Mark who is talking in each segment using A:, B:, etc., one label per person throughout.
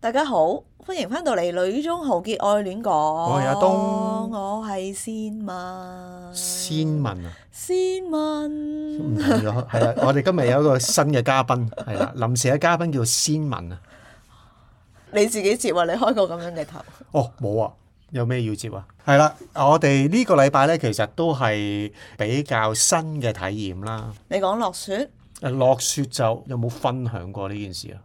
A: 大家好，歡迎翻到嚟《女中豪傑愛戀講》，
B: 我係阿東
A: 我係先文，
B: 先民啊，
A: 先
B: 唔
A: 文，
B: 同咗， 係啦，我哋今日有一個新嘅嘉賓，係 啦，臨時嘅嘉賓叫先民啊。
A: 你自己接啊！你開個咁樣嘅 頭，
B: 哦，冇啊，有咩要接啊？係啦，我哋呢個禮拜咧，其實都係比較新嘅體驗啦。
A: 你講落雪
B: 誒，落雪就有冇分享過呢件事啊？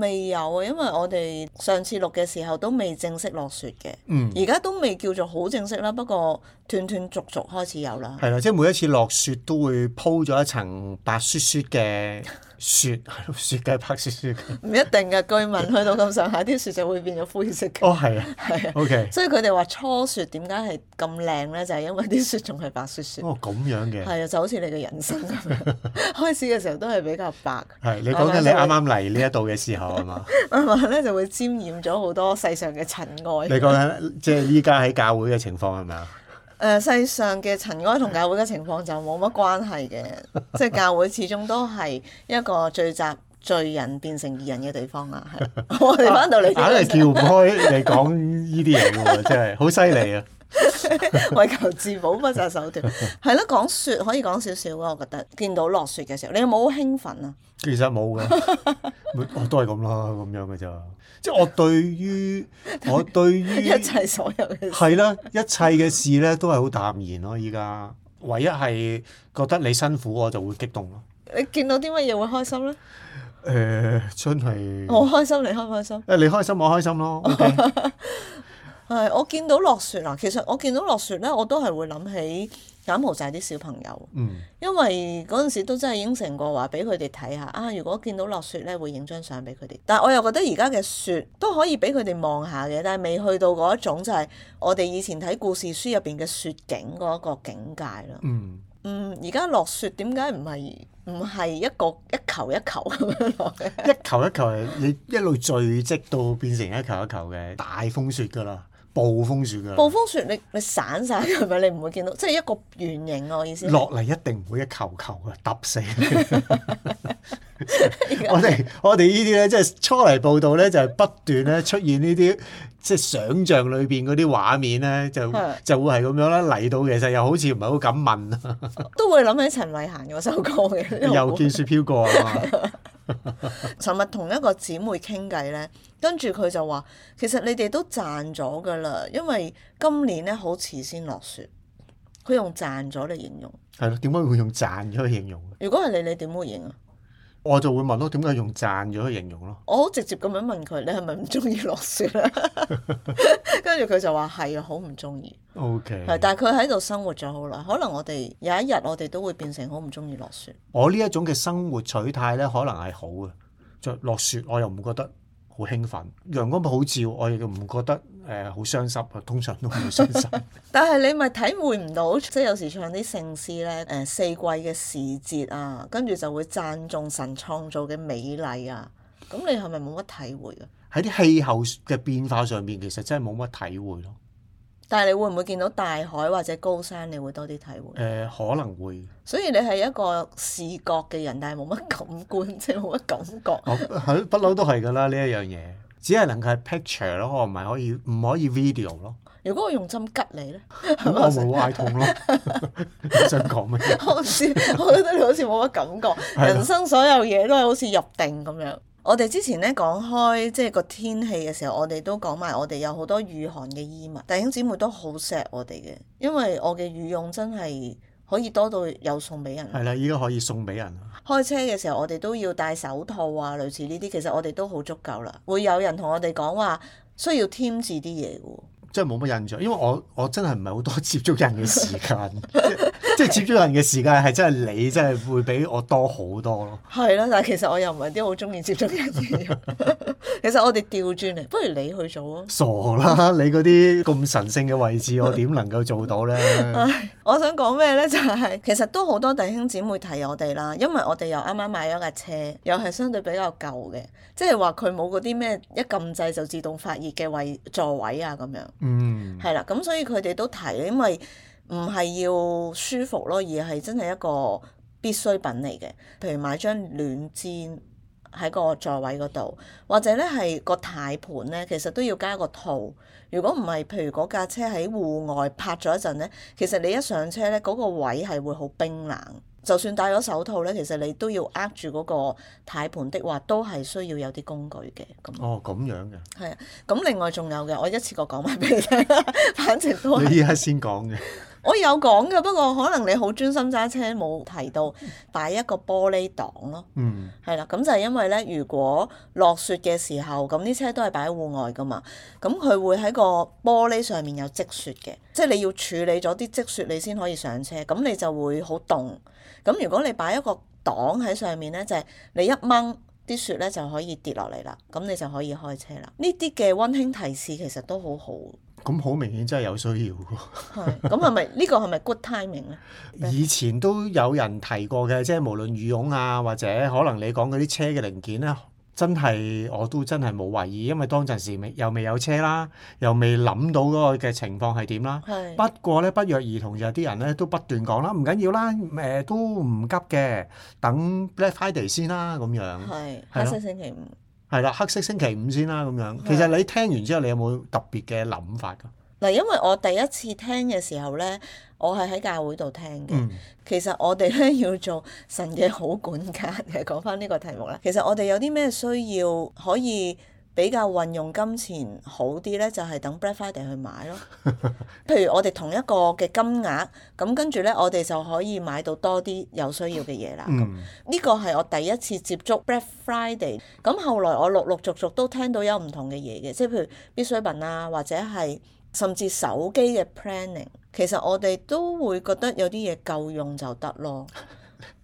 A: 未有啊？因為我哋上次錄嘅時候都未正式落雪嘅，
B: 嗯，
A: 而家都未叫做好正式啦。不過斷斷續續開始有啦。
B: 係啦，即係每一次落雪都會鋪咗一層白雪雪嘅雪， 係咯，雪嘅白雪雪嘅。
A: 唔一定嘅，居民去到咁上下，啲雪就會變咗灰色嘅，
B: 哦，係啊
A: 係啊。
B: ，OK，
A: 所以佢哋話初雪點解係咁靚咧？就係、因為啲雪仲係白雪雪，
B: 哦咁樣嘅，
A: 係啊，就好似你嘅人生咁樣。 開始嘅時候都係比較白，
B: 係你講緊你啱啱嚟呢一度嘅時候係嘛？
A: 慢慢咧就會沾染咗好多世上嘅塵埃。
B: 你
A: 誒、
B: 講緊即係依家喺教會嘅情況係咪啊？
A: 世上嘅塵埃同教會嘅情況就冇乜關係嘅， 即係教會始終都係一個聚集罪人變成義人嘅地方啦。係 我哋翻到嚟
B: 啊硬係撬唔開你講呢啲嘢嘅喎，真係好犀利啊！
A: 為求自保不擇手段，係咯。講雪可以講少少啊，我覺得見到落雪嘅時候，你有冇好興奮啊？
B: 其實冇嘅，我都係咁啦，咁樣嘅咋。即係我對於我對於
A: 一切所有嘅事，
B: 係啦，一切嘅事咧都係好淡然咯。依家唯一係覺得你辛苦，我就會激動咯。
A: 你見到啲乜嘢會開心咧？
B: 誒、真係
A: 我開心，你開唔開心？
B: 誒，你開心我開心咯。OK
A: 係我見到落雪啊！其實我見到落雪咧，我都係會諗起柬埔寨啲小朋友，
B: 嗯，
A: 因為嗰陣時都真係應承過話俾佢哋睇下啊！如果見到落雪咧，會影張相俾佢哋。但係我又覺得而家嘅雪都可以俾佢哋望下嘅，但係未去到嗰一種就係我哋以前睇故事書入邊嘅雪景嗰一個境界啦。
B: 嗯，
A: 嗯，而家落雪點解唔係唔係一個一球一球咁樣落 嘅？
B: 一球一球係你一路聚積到變成一球一球嘅大風雪㗎啦，暴風雪㗎啦。
A: 暴風雪你你散晒佢咪？你唔會見到，即係一個圓形啊我意思係。
B: 落嚟一定唔會一球球嘅揼死 你我哋我哋呢啲咧，即係初嚟報道咧，就係、不斷咧出現呢啲即係想像裏邊嗰啲畫面咧，就
A: 係
B: 就會係咁樣啦。嚟到其實又好似唔係好敢問 啊，
A: 都會諗起陳慧嫻嗰首歌嘅。因為我
B: 又見雪飄過啊嘛。
A: 尋日同一個姊妹傾偈咧，跟住佢就話：其實你哋都賺咗㗎啦，因為今年咧好遲先落雪。佢用賺咗嚟形容。
B: 係咯，點解會用賺咗去形容？
A: 如果係你，你點會啊形容？
B: 我就會問咯，點解用賺咗去形容咯？
A: 我好直接咁樣問佢：你係咪唔中意落雪咧？跟住佢就話係啊，好唔中意。
B: O K，
A: 係，但係佢喺度生活咗好耐，可能我哋有一日我哋都會變成好唔中意落雪。
B: 我呢一種嘅生活取態咧，可能係好嘅。着落雪我又唔覺得好興奮，陽光普照我亦唔覺得誒好傷心啊。通常都唔會傷心。
A: 但係你咪體會唔到，即係有時唱啲聖詩咧，誒、四季嘅時節啊，跟住就會讚頌神創造嘅美麗啊。咁你係咪冇乜體會啊？
B: 喺啲氣候嘅變化上面，其實真係冇乜體會咯。
A: 但係你會唔會見到大海或者高山，你會多啲體
B: 誒、
A: 會？
B: 可能會，
A: 所以你係一個視覺嘅人，但係冇乜感官， 即係冇乜感覺。
B: 我 係不嬲都係㗎啦呢一樣嘢，只係能夠係 picture 咯，我唔係可以唔可以 video 咯。
A: 如果我用針吉你咧，
B: 咁我咪好嗌痛咯。 你想講咩？
A: 我唔知，我覺得你好似冇乜感覺，人生所有嘢都係好似入定咁樣。我哋之前咧講開即係個天氣嘅時候，我哋都講埋我哋有好多御寒嘅衣物，弟兄姊妹都好錫我哋嘅，因為我嘅羽絨真係可以多到有送俾人。
B: 係啦，依家可以送俾人啦。
A: 開車嘅時候，我哋都要戴手套啊，類似呢啲，其實我哋都好足夠啦。會有人同我哋講話需要添置啲嘢嘅喎。
B: 真係冇乜印象，因為我我真係唔係好多接觸人嘅時間， 即係接觸人嘅時間係真係你真係會比我多好多咯。
A: 係啦，但係其實我又唔係啲好中意接觸人嘅人。其實我哋調轉嚟，不如你去做啊！
B: 傻 啦，你嗰啲咁神聖嘅位置，我點能夠做 到呢？
A: 我想講咩呢？就係、其實都好多弟兄姊妹提我哋啦，因為我哋又啱啱買咗架車，又係相對比較舊嘅，即係話佢冇嗰啲咩一撳掣就自動發熱嘅位座位啊咁樣，
B: 嗯，
A: 係啦，咁所以佢哋都提，因為唔係要舒服咯，而係真係一個必需品嚟嘅。譬如買張暖氈喺個座位嗰度，或者咧係個軚盤咧，其實都要加個套。如果唔係，譬如嗰架車喺戶外泊咗一陣咧，其實你一上車咧，嗰、個位係會好冰冷。就算戴咗手套咧，其實你都要握住嗰個軚盤的話，都係需要有啲工具嘅。咁
B: 哦，咁樣嘅，
A: 係啊，咁另外仲有嘅，我一次過講埋俾你聽啦。反正都係
B: 你依家先講嘅，
A: 我有講嘅，不過可能你好專心揸車冇提到擺一個玻璃擋咯。
B: 嗯，
A: 係啦，咁就係因為咧，如果落雪嘅時候，咁啲車都係擺喺戶外噶嘛，咁佢會喺個玻璃上面有積雪嘅，即係你要處理咗啲積雪，你先可以上車，咁你就會好凍。咁如果你擺一個擋喺上面咧，就係、你一掹啲雪咧就可以跌落嚟啦，咁你就可以開車啦。呢啲嘅温馨提示其實都好 好，
B: 咁好明顯真係有需要喎。
A: 係咁係咪呢個係咪 good timing 咧？
B: 以前都有人提過嘅，即係無論羽絨啊，或者可能你講嗰啲車嘅零件咧，真係我都真係冇懷疑，因為當陣時未又未有車啦，又未諗到嗰個嘅情況係點啦。
A: 係
B: 不過咧，不約而同就係啲人咧都不斷講啦，唔緊要啦，誒、都唔急嘅，等 Black Friday 先啦咁樣，
A: 係
B: 係
A: 黑
B: 咯
A: 色星期五。
B: 係啦，黑色星期五先啦咁樣。其實你聽完之後，你有冇特別嘅諗法㗎？
A: 嗱，因為我第一次聽嘅時候咧，我係喺教會度聽嘅。
B: 嗯，
A: 其實我哋咧 要做神嘅好管家嘅， 講翻呢個題目啦。其實我哋有啲咩需要可以比較運用金錢好啲咧，就係、等 Black Friday 去買咯。譬如我哋同一個嘅金額，咁跟住咧，我哋就可以買到多啲有需要嘅嘢啦。啊咁
B: 嗯，
A: 呢個係我第一次接觸 Black Friday，咁後來我陸陸續續都聽到有唔同嘅嘢嘅，即係譬如必需品啊，或者係甚至手機嘅 planning，其實我哋都會覺得有啲嘢夠用就得咯，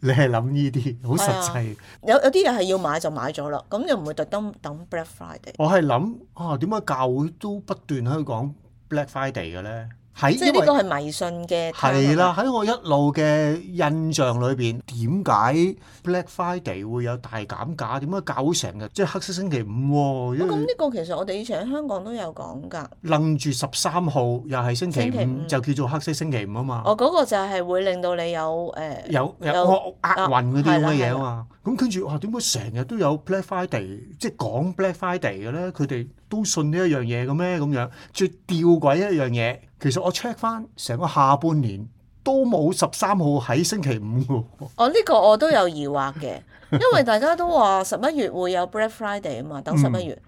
B: 你係諗呢啲好實際。
A: 有有啲嘢係要買就買咗啦，咁又唔會特登等 Black Friday，
B: 我係諗啊，點解教會都不斷喺度講 Black Friday 嘅咧？喺
A: 即
B: 因
A: 係呢個
B: 為
A: 係迷信嘅
B: 係
A: term 啊
B: 啦，喺我一路嘅印象裏邊，點解 Black Friday 會有大減價？點解教會成日即係黑色星期五喎、
A: 哦嘛。咁
B: 因
A: 呢
B: 為
A: 個其實我哋以前喺香港都有講㗎，
B: 楞住十三號又係星期
A: 星期
B: 五，
A: 五
B: 就叫做黑色星期五啊嘛。
A: 我嗰個就係會令到你有誒。呃
B: 有
A: 有
B: 有惡厄運
A: 啊
B: 嗰啲咁嘅
A: 係啦
B: 嘢啊嘛，咁跟住哇，點解成日都有 Black Friday，即係講 Black Friday 嘅咧？佢哋都信呢一樣嘢嘅咩？咁樣最吊詭一樣嘢，其實我 check 翻成個下半年都冇十三號喺星期五嘅 喎，
A: 哦，呢、個我都有疑惑 嘅，因為大家都話十一月會有 Black Friday 啊嘛，等十
B: 嗯
A: 一月。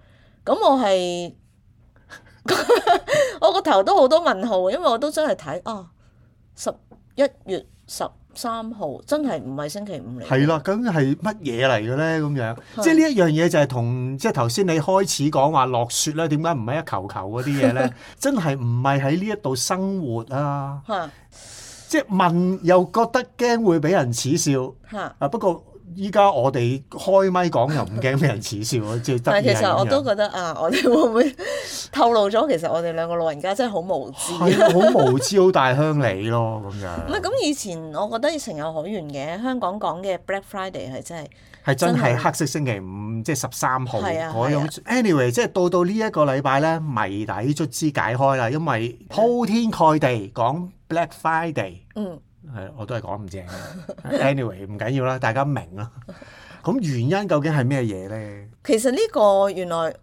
A: 咁、我係 我個頭都好多問號，因為我都真係睇啊，十一月十三號真係唔係星期五嚟。
B: 係啦，咁係乜嘢嚟嘅咧？咁樣即係呢一樣嘢就係同即係頭先你開始講話落雪咧，點解唔係一球球嗰啲 嘢咧？真係唔係喺呢一度生活啊！
A: 嚇
B: 即係問又覺得驚會俾人恥笑。
A: 嚇！
B: 啊，不過依家我哋開咪講又唔驚俾人恥笑 啊，即係得
A: 但
B: 意
A: 係
B: 係
A: 其實我
B: 咁樣
A: 都覺得啊，我哋會唔會透露咗其實我哋兩個老人家真係好無知？
B: 係啊好無知好大鄉里咯咁
A: 唔係
B: 樣，
A: 咁以啊前我覺得情有可原嘅，香港講嘅 Black Friday 係真係。
B: 係真係
A: 真係
B: 黑色星期五即係十三號
A: 係啊
B: 嗰種。anyway，即係到到呢一個禮拜咧，謎底卒之解開啦，因為鋪天蓋地講 Black Friday。
A: 嗯，
B: 係，我都係講唔 正嘅。anyway，唔緊要啦，大家明啦。咁原因究竟係咩嘢咧？
A: 其實呢個原來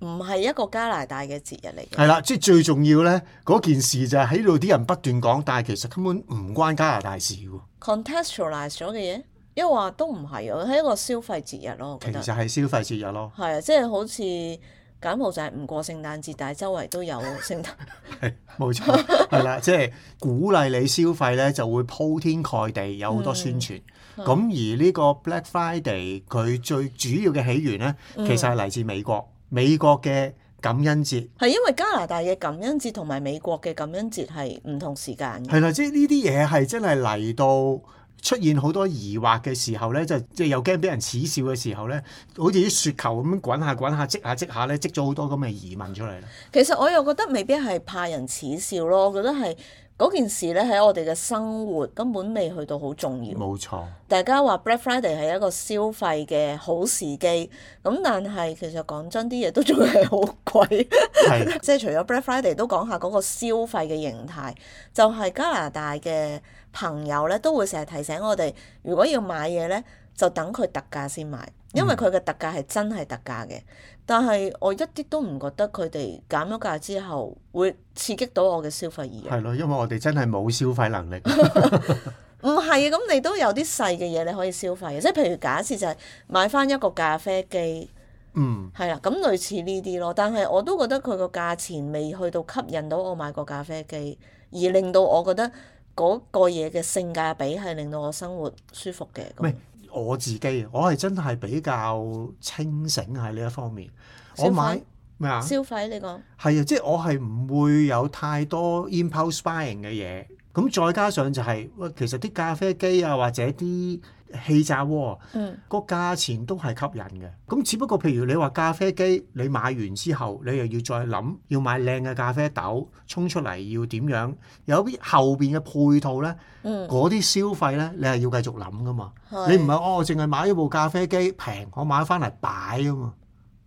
A: 唔係一個加拿大嘅節日嚟嘅，
B: 係啦，即係最重要咧，嗰件事就係喺度啲人不斷講，但係其實根本唔關加拿大事喎。
A: contextualize 咗嘅嘢，又話都唔係啊，係一個消費節日咯。我
B: 其
A: 覺
B: 實
A: 得
B: 係消費節日咯，
A: 係啊，即係好似柬埔寨唔過聖誕節，但係周圍都有聖誕。
B: 係冇錯，係啦，即係鼓勵你消費咧，就會鋪天蓋地有好
A: 嗯
B: 多宣傳。咁、而呢個 Black Friday 佢最主要嘅起源咧，
A: 嗯
B: 其實係嚟自美國，美國嘅感恩節。
A: 係因為加拿大嘅感恩節同埋美國嘅感恩節係唔同時間嘅。
B: 係啦，即係呢啲嘢係真係嚟到出現好多疑惑嘅時候咧，就即係又驚俾人恥笑嘅時候咧，好似啲雪球咁樣滾下滾下，積下積下咧，積咗好多咁嘅疑問出嚟啦。
A: 其實我又覺得未必係怕人恥笑咯，我覺得係嗰件事咧喺我哋嘅生活根本未去到好重要。
B: 冇錯，
A: 大家話 Black Friday 係一個消費嘅好時機，咁但係其實講真啲嘢都仲係好貴，
B: 係
A: 即係除咗 Black Friday 都講下嗰個消費嘅形態，就係、加拿大嘅朋友咧都會成日提醒我哋，如果要買嘢咧就等佢特價先買。因為佢嘅特價係真係特價嘅。但係我一啲都唔覺得佢哋減咗價之後會刺激到我嘅消費意欲。
B: 係咯，因為我哋真係冇消費能力。啊
A: 唔係咁你都有啲細嘅嘢你可以消費嘅，即係譬如假設就係買翻一個咖啡機，
B: 嗯，
A: 係啦，咁類似呢啲咯。但係我都覺得佢個價錢未去到吸引到我買個咖啡機，而令到我覺得嗰個嘢嘅性價比係令到我生活舒服嘅。
B: 唔
A: 咁
B: 係我自己，我係真係比較清醒喺呢一方面。
A: 消
B: 我
A: 費
B: 買咩啊？
A: 消費你講
B: 係啊，即係我係唔會有太多 impulse buying 嘅嘢。咁再加上就係、喂其實啲咖啡機啊，或者啲氣炸鍋
A: 嗯。
B: 個價錢都係吸引嘅。咁只不過譬如你話咖啡機，你買完之後，你又要再諗要買靚嘅咖啡豆沖出嚟要點樣，有啲後邊嘅配套咧，
A: 嗯
B: 嗰啲消費咧，你係要繼續諗噶嘛。
A: 係啊
B: 你唔係哦，我淨係買咗部咖啡機平，我買翻嚟擺啊嘛。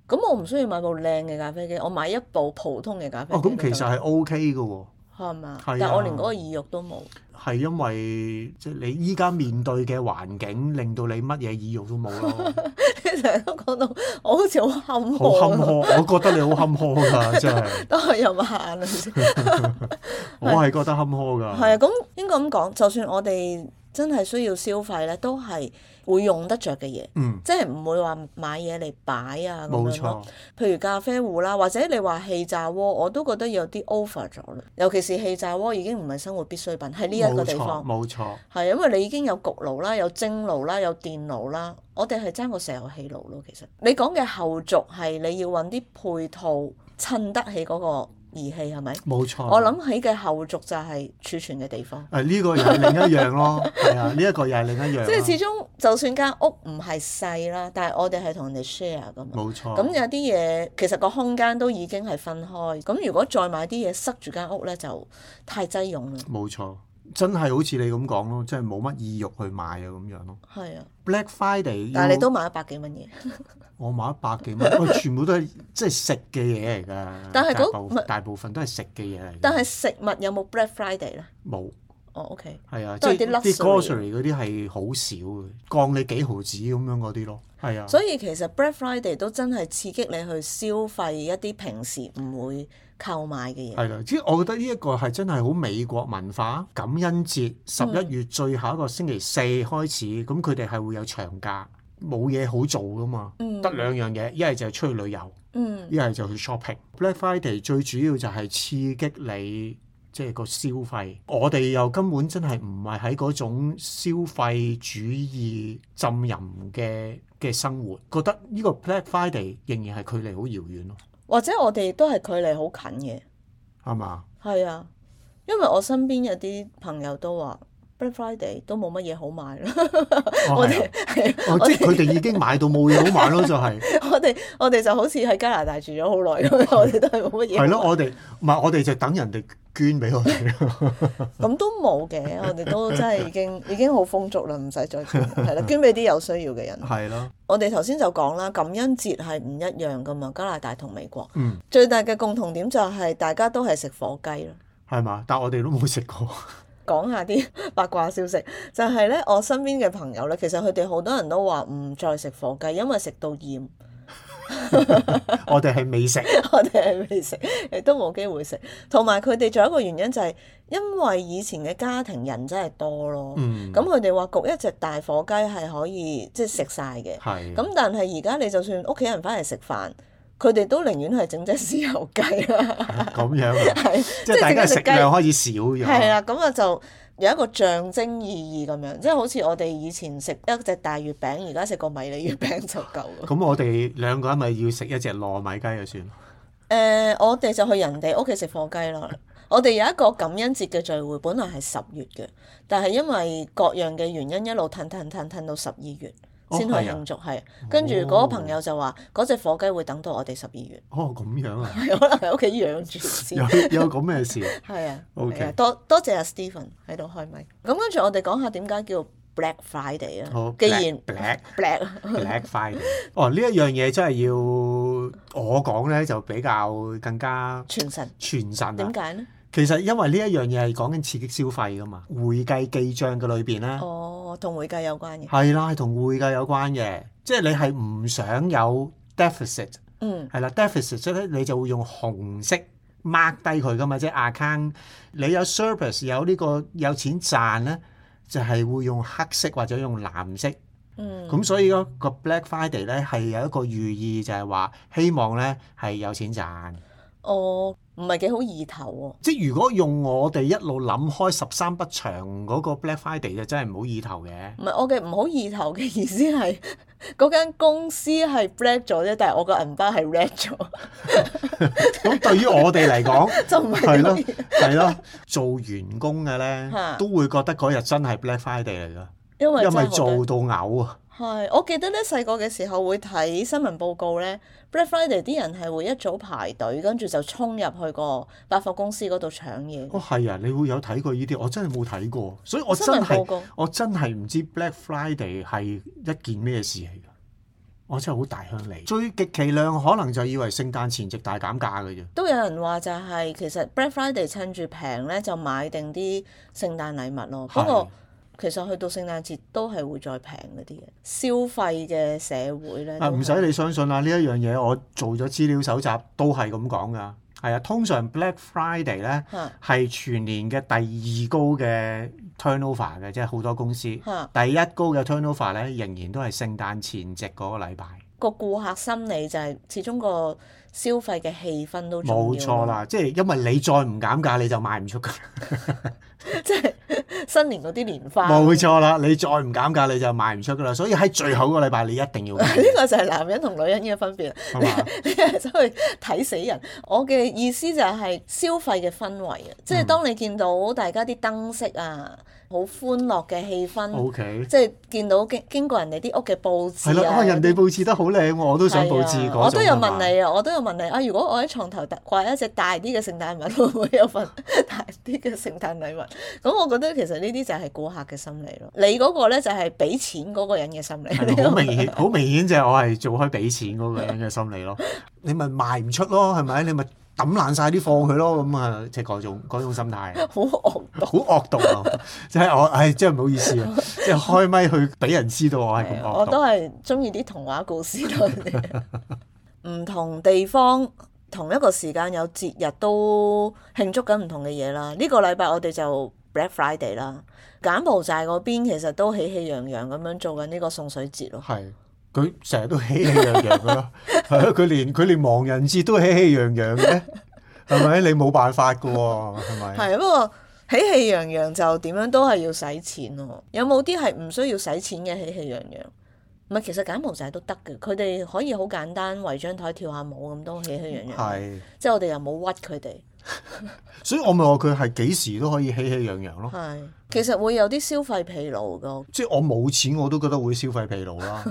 A: 咁我唔需要買部靚嘅咖啡機，我買一部普通嘅咖啡
B: 哦，
A: 機都
B: 咁
A: 得啦。
B: 其實係 O K 嘅喎。
A: 係嘛？
B: 係啊
A: 但係我連嗰個意欲都冇。
B: 係因為即係你依家面對嘅環境，令到你乜嘢意欲都冇 咯，
A: 你成日都講到我好似好坎
B: 好坎坷。
A: 坷，
B: 我覺得你好坎坷㗎，真係，
A: 都係有眼淚先。
B: 我係覺得坎坷㗎。
A: 係啊，咁應該咁講，就算我哋真係需要消費咧，都係會用得着嘅嘢，
B: 嗯，
A: 即係唔會話買嘢嚟擺啊咁
B: 冇
A: 樣咯。
B: 錯，
A: 譬如咖啡壺啦，或者你話氣炸鍋，我都覺得有啲 over 咗啦。尤其是氣炸鍋已經唔係生活必需品，喺呢一個
B: 冇
A: 地
B: 錯，
A: 方
B: 冇錯。
A: 係啊因為你已經有焗爐啦、有蒸爐啦、有電爐啦，我哋係爭個石油氣爐咯。其實你講嘅後續係你要揾啲配套襯得起嗰個儀器係咪？
B: 冇錯，
A: 我諗起嘅後續就係儲存嘅地方。
B: 誒呢個又係另一 樣咯，係啊，呢一個又係另一樣
A: 即係
B: 啦，
A: 始終，就算間屋唔係細啦，但係我哋係同人哋 share 噶嘛。
B: 冇錯，
A: 咁有啲嘢其實個空間都已經係分開，咁如果再買啲嘢塞住間屋咧，就太擠擁啦。
B: 冇錯，真係好似你咁講咯，真係冇乜意欲去買啊咁樣咯。
A: 係啊，
B: Black Friday，
A: 但係你
B: 要嗯
A: 都買一百幾蚊嘢，
B: 我買一百幾蚊，喂，全部都係即係食嘅嘢嚟㗎。
A: 但係嗰
B: 大部
A: 唔係
B: 大部分都係食嘅嘢嚟㗎。
A: 但係食物有冇 Black Friday 咧？
B: 冇
A: 哦，OK，
B: 係啊，即
A: 都係
B: 係
A: 啲
B: 啲
A: luxury
B: grocery 嗰啲係好少嘅，降你幾毫子咁樣嗰啲咯。係啊，
A: 所以其實 Black Friday 都真係刺激你去消費一啲平時唔會購買嘅嘢。
B: 係啦，即係我覺得呢一個係真係好美國文化。感恩節
A: 嗯
B: 十一月最後一個星期四開始，咁佢哋係會有長假，冇嘢好做㗎嘛，
A: 嗯
B: 得兩樣嘢，一係就係出去旅遊。
A: 嗯，
B: 一係就去 shopping。Black Friday 最主要就係刺激你即係個消費。我哋又根本真係唔係喺嗰種消費主義浸淫嘅嘅生活，覺得呢個 Black Friday 仍然係距離好遙遠咯，
A: 或者我哋都係距離好近嘅。
B: 係嘛？
A: 係啊，因為我身邊有啲朋友都話 Black Friday 都冇乜嘢好買啦。
B: 哦
A: 我
B: 係
A: 哋
B: 啊
A: 係啊
B: 哦，
A: 我
B: 即係
A: 哋
B: 佢哋已經買到冇嘢好買咯，就 係
A: 啊我哋我哋就好似喺加拿大住咗好 耐咁，我哋都係冇乜嘢。
B: 係咯。我哋唔係我哋就等人哋捐俾我哋咯。
A: 咁都冇嘅，我哋都真係已 經已經好豐足啦，唔使再捐，係啦，捐俾啲有需要嘅人。
B: 係咯，
A: 我哋頭先就講啦，感恩節係唔一樣噶嘛，加拿大同美國
B: 嗯，
A: 最大嘅共同點就係大家都係食火雞啦。
B: 係嘛？但我哋都冇食過，
A: 講下啲 八卦消息，就係咧，我身邊嘅朋友咧，其實佢哋好多人都話唔再食火雞，因為食到厭，
B: 我哋係未食。
A: 我哋係未食，亦都冇機會食。同埋佢哋仲有一個原因就係因為以前嘅家庭人真係多咯，
B: 嗯，
A: 咁佢哋話焗一隻大火雞係可以即係食晒嘅，
B: 係
A: 咁但係而家你就算屋企人翻嚟食飯，佢哋都寧願係整隻豉油雞啦，
B: 咁樣啊。
A: 係
B: 即係大
A: 整
B: 家
A: 隻
B: 食
A: 雞
B: 量開始少咗。
A: 係啦，咁啊就有一個象徵意義咁樣，即係好似我哋以前食一隻大月餅，而家食個迷你月餅就夠啦。
B: 咁我哋兩個人咪要食一隻糯米雞就算。
A: 誒、我哋就去人哋屋企食火雞啦。我哋有一個感恩節嘅聚會，本來係十月嘅，但係因為各樣嘅原因，一路褪褪褪褪到十二月
B: 哦
A: 先去
B: 係啊
A: 慶祝，係、跟住嗰個朋友就話，嗰隻火雞會等到我哋十二月，
B: 哦，咁樣啊，
A: 係可能喺屋企養住先
B: 有。有咁嘅事。
A: 係啊
B: OK
A: 係啊多多謝阿 Stephen 喺度開咪。咁跟住我哋講下點解叫 Black Friday
B: 好
A: 啊？ 既然
B: black
A: Black 啊
B: black Friday，哦呢一樣嘢真係要我講咧就比較更加
A: 全神，
B: 傳神啦
A: 點。解呢？
B: 其實因為呢一樣嘢係講緊刺激消費噶嘛，會計記帳嘅裏邊咧啊
A: 哦，同會計有關嘅。
B: 係啦，係同會計有關嘅。即係你係唔想有 deficit，
A: 嗯
B: 係啦，deficit 咧你就會用紅色 mark 低佢噶嘛，即係 account 你有 surplus 有呢、個有錢賺咧，就係、會用黑色或者用藍色。
A: 嗯，
B: 咁所以嗰個 Black Friday 咧係有一個寓意，就係話希望咧係有錢賺。
A: 哦，唔係幾好意頭喎、
B: 即係如果用我哋一路諗開十三不長嗰個 Black Friday 就真係唔好意頭嘅。
A: 唔係我嘅唔好意頭嘅意思係 嗰間公司係 black 咗啫，但係我個銀包係 red 咗，
B: 咁對於我哋嚟講，
A: 就唔
B: 係
A: 係
B: 咯
A: 咁意
B: 係咯，做員工嘅咧
A: 嚇
B: 都會覺得嗰日真係 Black Friday 嚟㗎，
A: 因為
B: 因
A: 真係
B: 為
A: 好
B: 做到嘔啊！
A: 係，我記得咧細個嘅時候會睇新聞報告咧，Black Friday 啲人係會一早排隊，跟住就衝入去個百貨公司嗰度搶嘢。
B: 哦，係啊，你會有睇過呢啲？我真係冇睇過，所以我
A: 新
B: 真
A: 聞報
B: 係
A: 告
B: 我真係唔知 Black Friday 係一件咩事嚟㗎。我真係好大鄉里，最極其量可能就以為聖誕前夕大減價嘅啫。
A: 都有人話就係、其實 Black Friday 趁住平咧就買定啲聖誕禮物咯。不過其實去到聖誕節都係會再平嗰啲嘢，消費嘅社會咧
B: 啊，
A: 都
B: 唔
A: 係
B: 使你相信啦，呢一樣嘢我做咗資料搜集都係咁講㗎。係啊，通常 Black Friday 咧
A: 嚇
B: 係全年嘅第二高嘅 turnover 嘅，即係好多公司。
A: 嚇
B: 第一高嘅 turnover 咧，仍然都係聖誕前夕嗰個禮拜。
A: 個顧客心理就係始終個消費嘅氣氛都重要
B: 冇錯
A: 咯，
B: 啦，即係因為你再唔減價，你就賣唔出㗎。
A: 即係新年嗰啲年花。
B: 冇錯啦，你再唔減價，你就賣唔出㗎啦。所以喺最後嗰個禮拜，你一定要
A: 呢
B: 減，
A: 個就係男人同女人嘅分別啦。
B: 係嘛？
A: 你係走去睇死人。我嘅意思就係消費嘅氛圍
B: 嗯
A: 啊，即係當你見到大家啲燈飾啊，好歡樂嘅氣氛，
B: O K，
A: 即係見到經經過人哋啲屋嘅佈置
B: 係啦，
A: 啊。
B: 啊人哋佈置得好靚喎，我都想佈置
A: 係啊
B: 嗰種
A: 我都有
B: 係嘛
A: 問你啊，我都有問你啊。如果我喺床頭搭掛一隻大啲嘅聖誕 物，會唔會有份大啲嘅聖誕禮物？咁我覺得其實呢啲就係顧客嘅心理咯。你嗰個咧就係俾錢嗰個人嘅心理。
B: 係好明顯，好明顯就係我係做開俾錢嗰個人嘅心 理咯。你咪賣唔出咯，係咪？你咪抌爛晒啲貨佢咯，咁啊，即係嗰種嗰種心 態，啊
A: 好惡毒。
B: 好惡毒啊！即係我，唉，真係唔好意思啊！即係開咪去俾人知道我係咁
A: 係啊我
B: 惡毒
A: 都。係中意啲童話故事多 啲。唔同地方同一個時間有節日都慶祝緊唔同嘅嘢啦。呢、個禮拜我哋就 Black Friday 啦，柬埔寨嗰邊其實都喜氣洋洋咁樣做緊呢個送水節咯。
B: 係，佢成日都喜氣洋洋噶咯，係咯，佢連佢連亡人節都喜氣洋洋嘅，係咪？你冇辦法噶喎，係咪？
A: 係啊不過喜氣洋洋就點樣都係要使錢咯。有冇啲係唔需要使錢嘅喜氣洋洋？唔係，其實柬埔寨都得嘅，佢哋可以好簡單圍張台跳下舞咁都喜氣洋洋。
B: 係，
A: 即係我哋又冇屈佢哋。
B: 所以我咪話佢係幾時都可以喜氣洋洋咯。
A: 係，其實會有啲消費疲勞㗎。
B: 即係我冇錢，我都覺得會消費疲勞啦，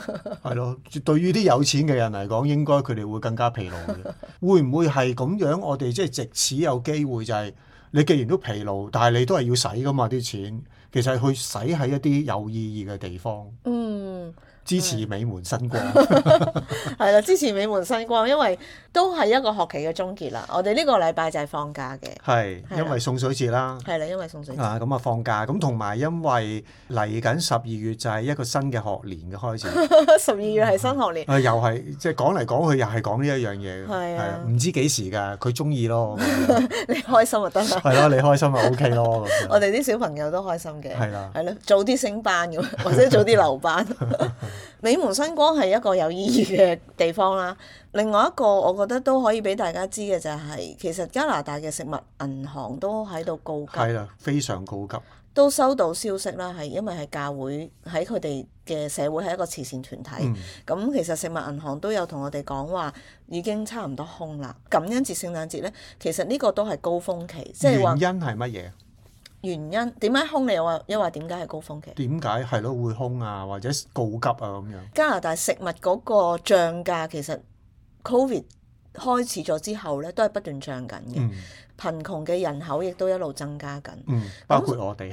B: 係咯。對於啲有錢嘅人嚟講，應該佢哋會更加疲勞嘅。會唔會係咁樣？我哋即係藉此有機會就係、你既然都疲勞，但係你都係要使噶嘛啲錢，其實係去使喺一啲有意義嘅地方，
A: 嗯，
B: 支持美門新光。
A: 係啦，支持美門新光，因為都係一個學期嘅終結啦。我哋呢個禮拜就係放假嘅，
B: 係
A: 係啦
B: 因為送水節啦，
A: 係啦，因為送水節。
B: 啊咁啊放假，咁同埋因為嚟緊十二月就係一個新嘅學年嘅開始，
A: 十二月係新學年，
B: 啊又係即係講嚟講去又係講呢一樣嘢嘅，
A: 係啊
B: 唔知幾時㗎，佢中意咯，嗯
A: 你開心就得 啦。
B: 係咯，你開心咪 OK 咯咁
A: 我
B: 樣，
A: 哋啲小朋友都開心嘅，
B: 係啦
A: 係啦，早啲升班咁， 或者早啲留班。 美門新光係一個有意義嘅地方啦。另外一個我覺得都可以俾大家知嘅就係、其實加拿大嘅食物銀行都喺度告急。
B: 係啦，非常高級，
A: 都收到消息啦，係因為係教會喺佢哋嘅社會係一個慈善團體，
B: 嗯
A: 咁、其實食物銀行都有同我哋講話已經差唔多空啦。感恩節、聖誕節呢，其實呢個都係高峰期，即
B: 原
A: 係
B: 因
A: 話
B: 係乜嘢？
A: 原因點解空你又話又話點解係高峰期？
B: 點解係咯會空啊，或者告急啊咁樣？
A: 加拿大食物嗰個漲價其實 Covid 開始咗之後呢，都係不斷漲緊嘅，
B: 嗯
A: 貧窮嘅人口亦都一路增加緊。
B: 嗯，包括我哋，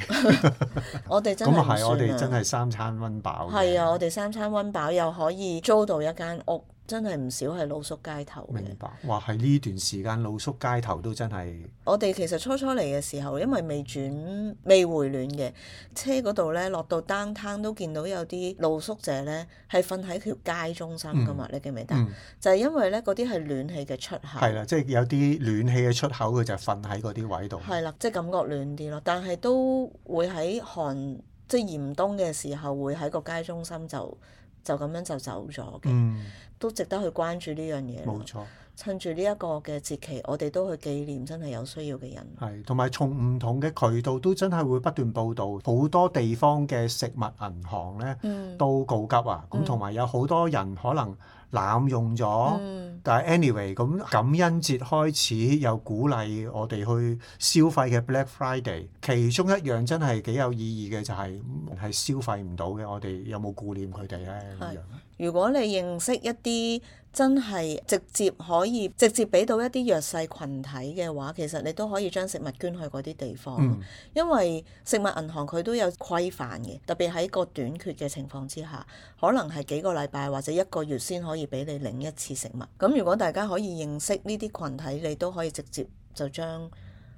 A: 我哋真
B: 咁
A: 係
B: 啊係我
A: 唔
B: 哋
A: 算啊
B: 真係三餐温飽嘅，
A: 係啊，我哋三餐温飽又可以租到一間屋，真係唔少係露宿街頭嘅。
B: 明白。哇，喺呢段時間露宿街頭都真係
A: 我哋其實初初嚟嘅時候，因為未轉未回暖嘅車嗰度咧，落到 downtown 都見到有啲露宿者咧係瞓喺條街中心噶嘛，你記唔記得？啊
B: 嗯
A: 就係因為咧嗰啲係暖氣嘅出口，
B: 係啦，即係有啲暖氣嘅出口，佢就瞓喺嗰啲位度。
A: 係啦，即係感覺暖啲咯。但係都會喺寒即係嚴冬嘅時候，會喺個街中心就就咁樣就走咗嘅，
B: 嗯，
A: 都值得去關注呢樣嘢咯
B: 冇。錯，
A: 趁住呢一個嘅節期，我哋都去紀念真係有需要嘅人。
B: 係同埋從唔同嘅渠道都真係會不斷報導，好多地方嘅食物銀行咧
A: 嗯
B: 都告急啊！咁同埋有好多人可能濫用咗。
A: 嗯
B: 但係 anyway，咁感恩節開始又鼓勵我哋去消費嘅 Black Friday，其中一樣真係幾有意義嘅就係、係消費唔到嘅，我哋有冇顧念佢哋咧？咁
A: 係
B: 樣
A: 如果你認識一啲真係直接可以直接俾到一啲弱勢群體嘅話，其實你都可以將食物捐去嗰啲地方，
B: 嗯
A: 因為食物銀行佢都有規範嘅，特別喺個短缺嘅情況之下，可能係幾個禮拜或者一個月先可以俾你領一次食物。咁如果大家可以認識呢啲群體，你都可以直接就將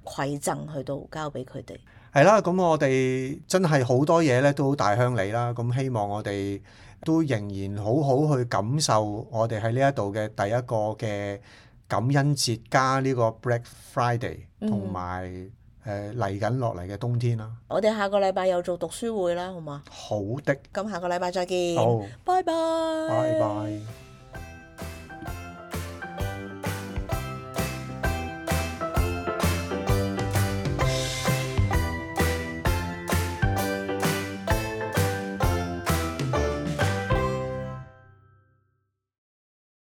A: 饋贈去到交俾佢哋。
B: 係啦，咁我哋真係好多嘢咧都好大鄉里啦，咁希望我哋都仍然好好去感受我哋喺呢一度嘅第一個嘅感恩節加呢個 Black Friday，
A: 嗯
B: 同埋誒嚟緊落嚟嘅冬天啦。
A: 我哋下個禮拜又做讀書會啦，好嘛？
B: 好的，
A: 咁下個禮拜再見，
B: 好，
A: 拜拜，
B: 拜拜。